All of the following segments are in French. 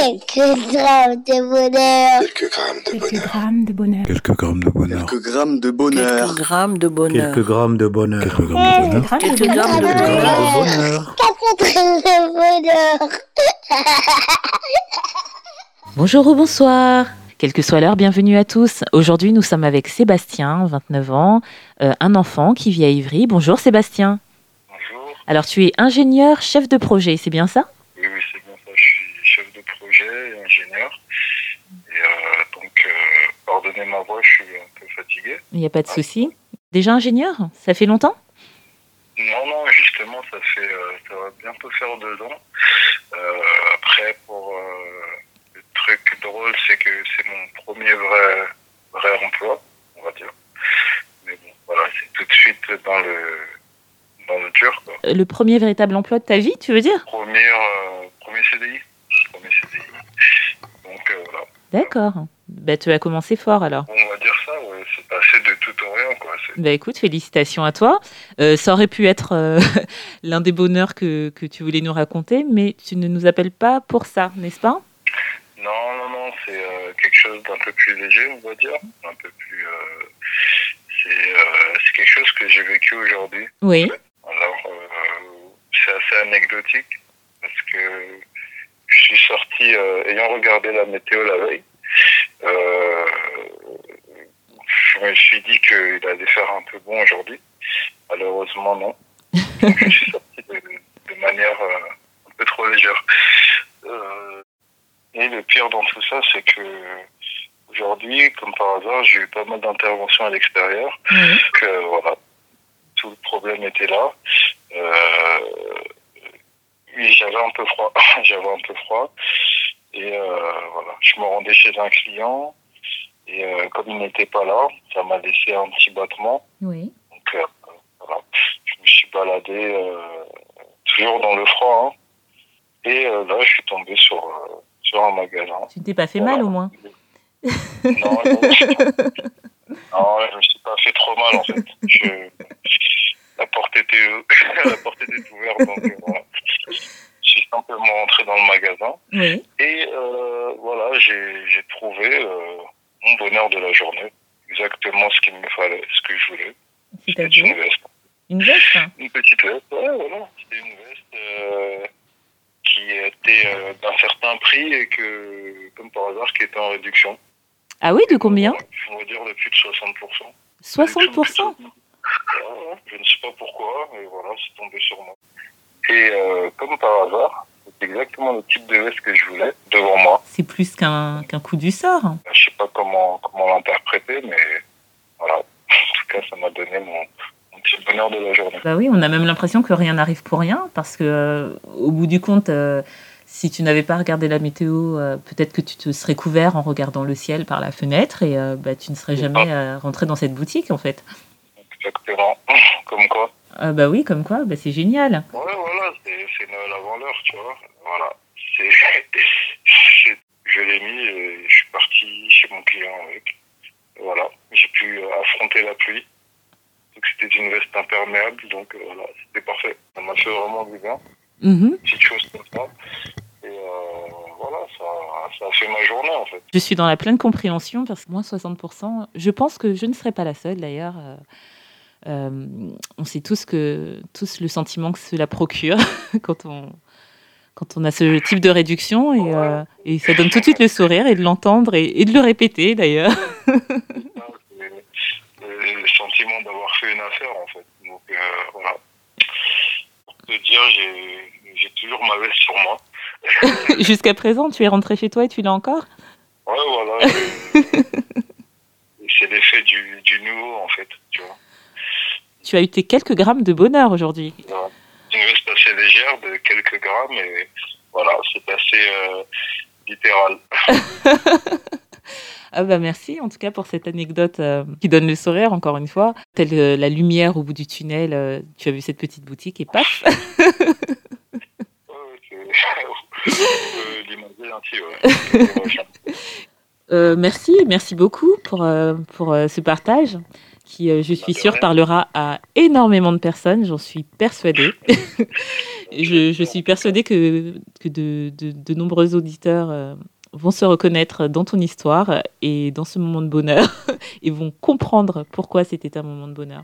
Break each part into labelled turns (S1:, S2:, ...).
S1: Quelques grammes de bonheur.
S2: Quelques grammes de
S3: Quelques
S2: bonheur.
S3: grammes de bonheur.
S4: Quelques grammes de bonheur.
S5: Quelques grammes de
S6: Quelques
S5: bonheur.
S6: grammes de bonheur.
S7: Quelques grammes de bonheur.
S4: Quelques grammes de bonheur.
S3: Quelques
S6: Quelques grammes
S3: grammes de
S6: de
S3: bonheur.
S1: Quatre grammes de bonheur.
S8: Bonjour ou bonsoir Quelle que soit l'heure, bienvenue à tous. Aujourd'hui, nous sommes avec Sébastien, 29 ans, euh, un enfant qui vit à Ivry. Bonjour Sébastien.
S2: Bonjour.
S8: Alors, tu es ingénieur, chef de projet, c'est bien ça
S2: Oui, oui, c'est bien ça. Je suis chef de projet, ingénieur. Et euh, donc, euh, pardonnez ma voix, je suis un peu fatigué.
S8: Il n'y a pas de souci. Déjà ingénieur Ça fait longtemps
S2: Non, non, justement, ça fait, euh, ça va bientôt faire deux ans. Euh, après, pour euh, le truc drôle, c'est que c'est mon premier vrai, vrai emploi, on va dire. Mais bon, voilà, c'est tout de suite dans le, dans le dur, quoi.
S8: Euh, Le premier véritable emploi de ta vie, tu veux dire
S2: Premier, euh, premier CDI. Premier CDI. Donc, euh, voilà.
S8: D'accord. Bah, tu as commencé fort alors.
S2: On va dire ça, ouais. C'est passé de tout au rien, quoi. C'est-
S8: Bah écoute, félicitations à toi. Euh, ça aurait pu être euh, l'un des bonheurs que, que tu voulais nous raconter, mais tu ne nous appelles pas pour ça, n'est-ce pas
S2: Non, non, non, c'est euh, quelque chose d'un peu plus léger, on va dire. Un peu plus. euh, c'est euh, c'est quelque chose que j'ai vécu aujourd'hui.
S8: Oui.
S2: Alors, euh, c'est assez anecdotique parce que je suis sorti euh, ayant regardé la météo la veille. euh, je me suis dit qu'il allait faire un peu bon aujourd'hui. Malheureusement, non. Donc, je suis sorti de, de manière euh, un peu trop légère. Euh, et le pire dans tout ça, c'est que aujourd'hui, comme par hasard, j'ai eu pas mal d'interventions à l'extérieur.
S8: Oui.
S2: Donc euh, voilà, tout le problème était là. Euh, oui, j'avais un peu froid. j'avais un peu froid. Et euh, voilà, je me rendais chez un client. Et euh, comme il n'était pas là, ça m'a laissé un petit battement.
S8: Oui.
S2: Donc euh, voilà, je me suis baladé euh, toujours dans le froid. hein. Et euh, là, je suis tombé sur, euh, sur un magasin.
S8: Tu ne t'es pas fait mal au moins.
S2: Non, non, Non, je me suis pas fait trop mal en fait. Je- La porte était, la porte était ouverte, donc euh, voilà. Je suis simplement entré dans le magasin
S8: Oui.
S2: et euh, voilà, j'ai j'ai trouvé euh, mon bonheur de la journée, exactement ce qu'il me fallait, ce que je voulais. C'était une
S8: C'est-à-dire
S2: veste,
S8: une veste hein
S2: une petite veste, ouais, voilà. C'était une veste euh, qui était euh, d'un certain prix et que, comme par hasard, qui était en réduction.
S8: Ah oui, de combien
S2: On va dire de plus de 60%.
S8: 60%
S2: Voilà, Je ne sais pas pourquoi, mais voilà, c'est tombé sur moi. Et euh, comme par hasard, c'est exactement le type de veste que je voulais devant moi.
S8: C'est plus qu'un qu'un coup du sort.
S2: Je sais pas comment comment l'interpréter, mais voilà. En tout cas, ça m'a donné mon, mon petit bonheur de la journée.
S8: Bah oui, on a même l'impression que rien n'arrive pour rien, parce que euh, au bout du compte, euh, si tu n'avais pas regardé la météo, euh, peut-être que tu te serais couvert en regardant le ciel par la fenêtre et euh, bah, tu ne serais jamais euh, rentré dans cette boutique en fait.
S2: Exactement. Comme quoi.
S8: Ah bah oui, comme quoi, bah, c'est génial.
S2: Ouais, voilà, c'est c'est Noël avant l'heure, tu vois. Voilà. C'est, c'est- je l'ai mis et je suis parti chez mon client avec. Voilà, j'ai pu euh, affronter la pluie. Donc c'était une veste imperméable, donc euh, voilà, c'était parfait. Ça m'a fait vraiment du bien,
S8: Mhm.
S2: petites choses comme ça. Et euh, voilà, ça, ça a fait ma journée en fait.
S8: Je suis dans la pleine compréhension parce que moins 60%, je pense que je ne serais pas la seule d'ailleurs. Euh, euh, on sait tous, que, tous le sentiment que cela procure quand on, quand on a ce type de réduction et, euh, et ça donne tout de suite le sourire et de l'entendre et, et de le répéter d'ailleurs.
S2: Ça, c'est- c'est le sentiment d'avoir fait une affaire en fait. Donc euh, voilà. Pour te dire, j'ai, j'ai toujours ma veste sur moi.
S8: Jusqu'à présent, tu es rentré chez toi et tu l'as encore
S2: Ouais, voilà. je- c'est l'effet du, du nouveau, en fait, tu vois.
S8: Tu as eu tes quelques grammes de bonheur aujourd'hui.
S2: Voilà. Une veste assez légère, de quelques grammes, et voilà, c'est assez euh, littéral.
S8: Ah bah merci en tout cas pour cette anecdote euh, qui donne le sourire encore une fois. Telle euh, la lumière au bout du tunnel, euh, tu as vu cette petite boutique et paf
S2: Ouais, ouais, Euh, c'est- On peut l'imaginer ainsi, ouais.
S8: Euh, merci, merci beaucoup pour, euh, pour euh, ce partage qui, euh, je suis sûre, parlera à énormément de personnes, j'en suis persuadée. je, je suis persuadée que, que de, de- de nombreux auditeurs euh, vont se reconnaître dans ton histoire et dans ce moment de bonheur et vont comprendre pourquoi c'était un moment de bonheur.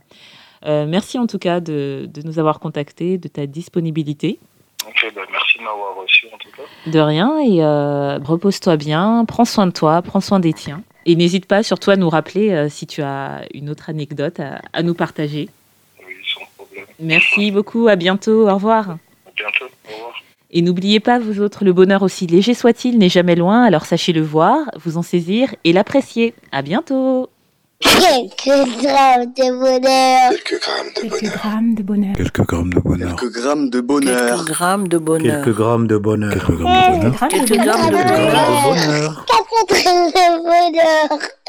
S8: Euh, merci en tout cas de, de nous avoir contactés, de ta disponibilité.
S2: Ok, bah, merci de m'avoir reçu en tout cas.
S8: De rien et euh, repose-toi bien, prends soin de toi, prends soin des tiens. Et n'hésite pas surtout à nous rappeler euh, si tu as une autre anecdote à- à nous partager.
S2: Oui, sans problème.
S8: Merci beaucoup, à bientôt, au revoir.
S2: À bientôt. Au revoir.
S8: Et n'oubliez pas, vous autres, le bonheur aussi léger soit-il n'est jamais loin, alors sachez le voir, vous en saisir et l'apprécier. À bientôt
S1: Quelques grammes de bonheur.
S3: Quelques grammes de
S4: Quelques
S3: bonheur.
S4: grammes de bonheur.
S5: Quelques grammes de bonheur.
S6: Quelques grammes de
S7: Quelques
S6: bonheur.
S7: grammes de bonheur.
S5: Quelques grammes de bonheur. Quelques
S1: grammes de bonheur.
S4: Grammes de
S7: Quelques
S4: bonheur.
S7: grammes de bonheur.
S1: Quatre grammes de bonheur.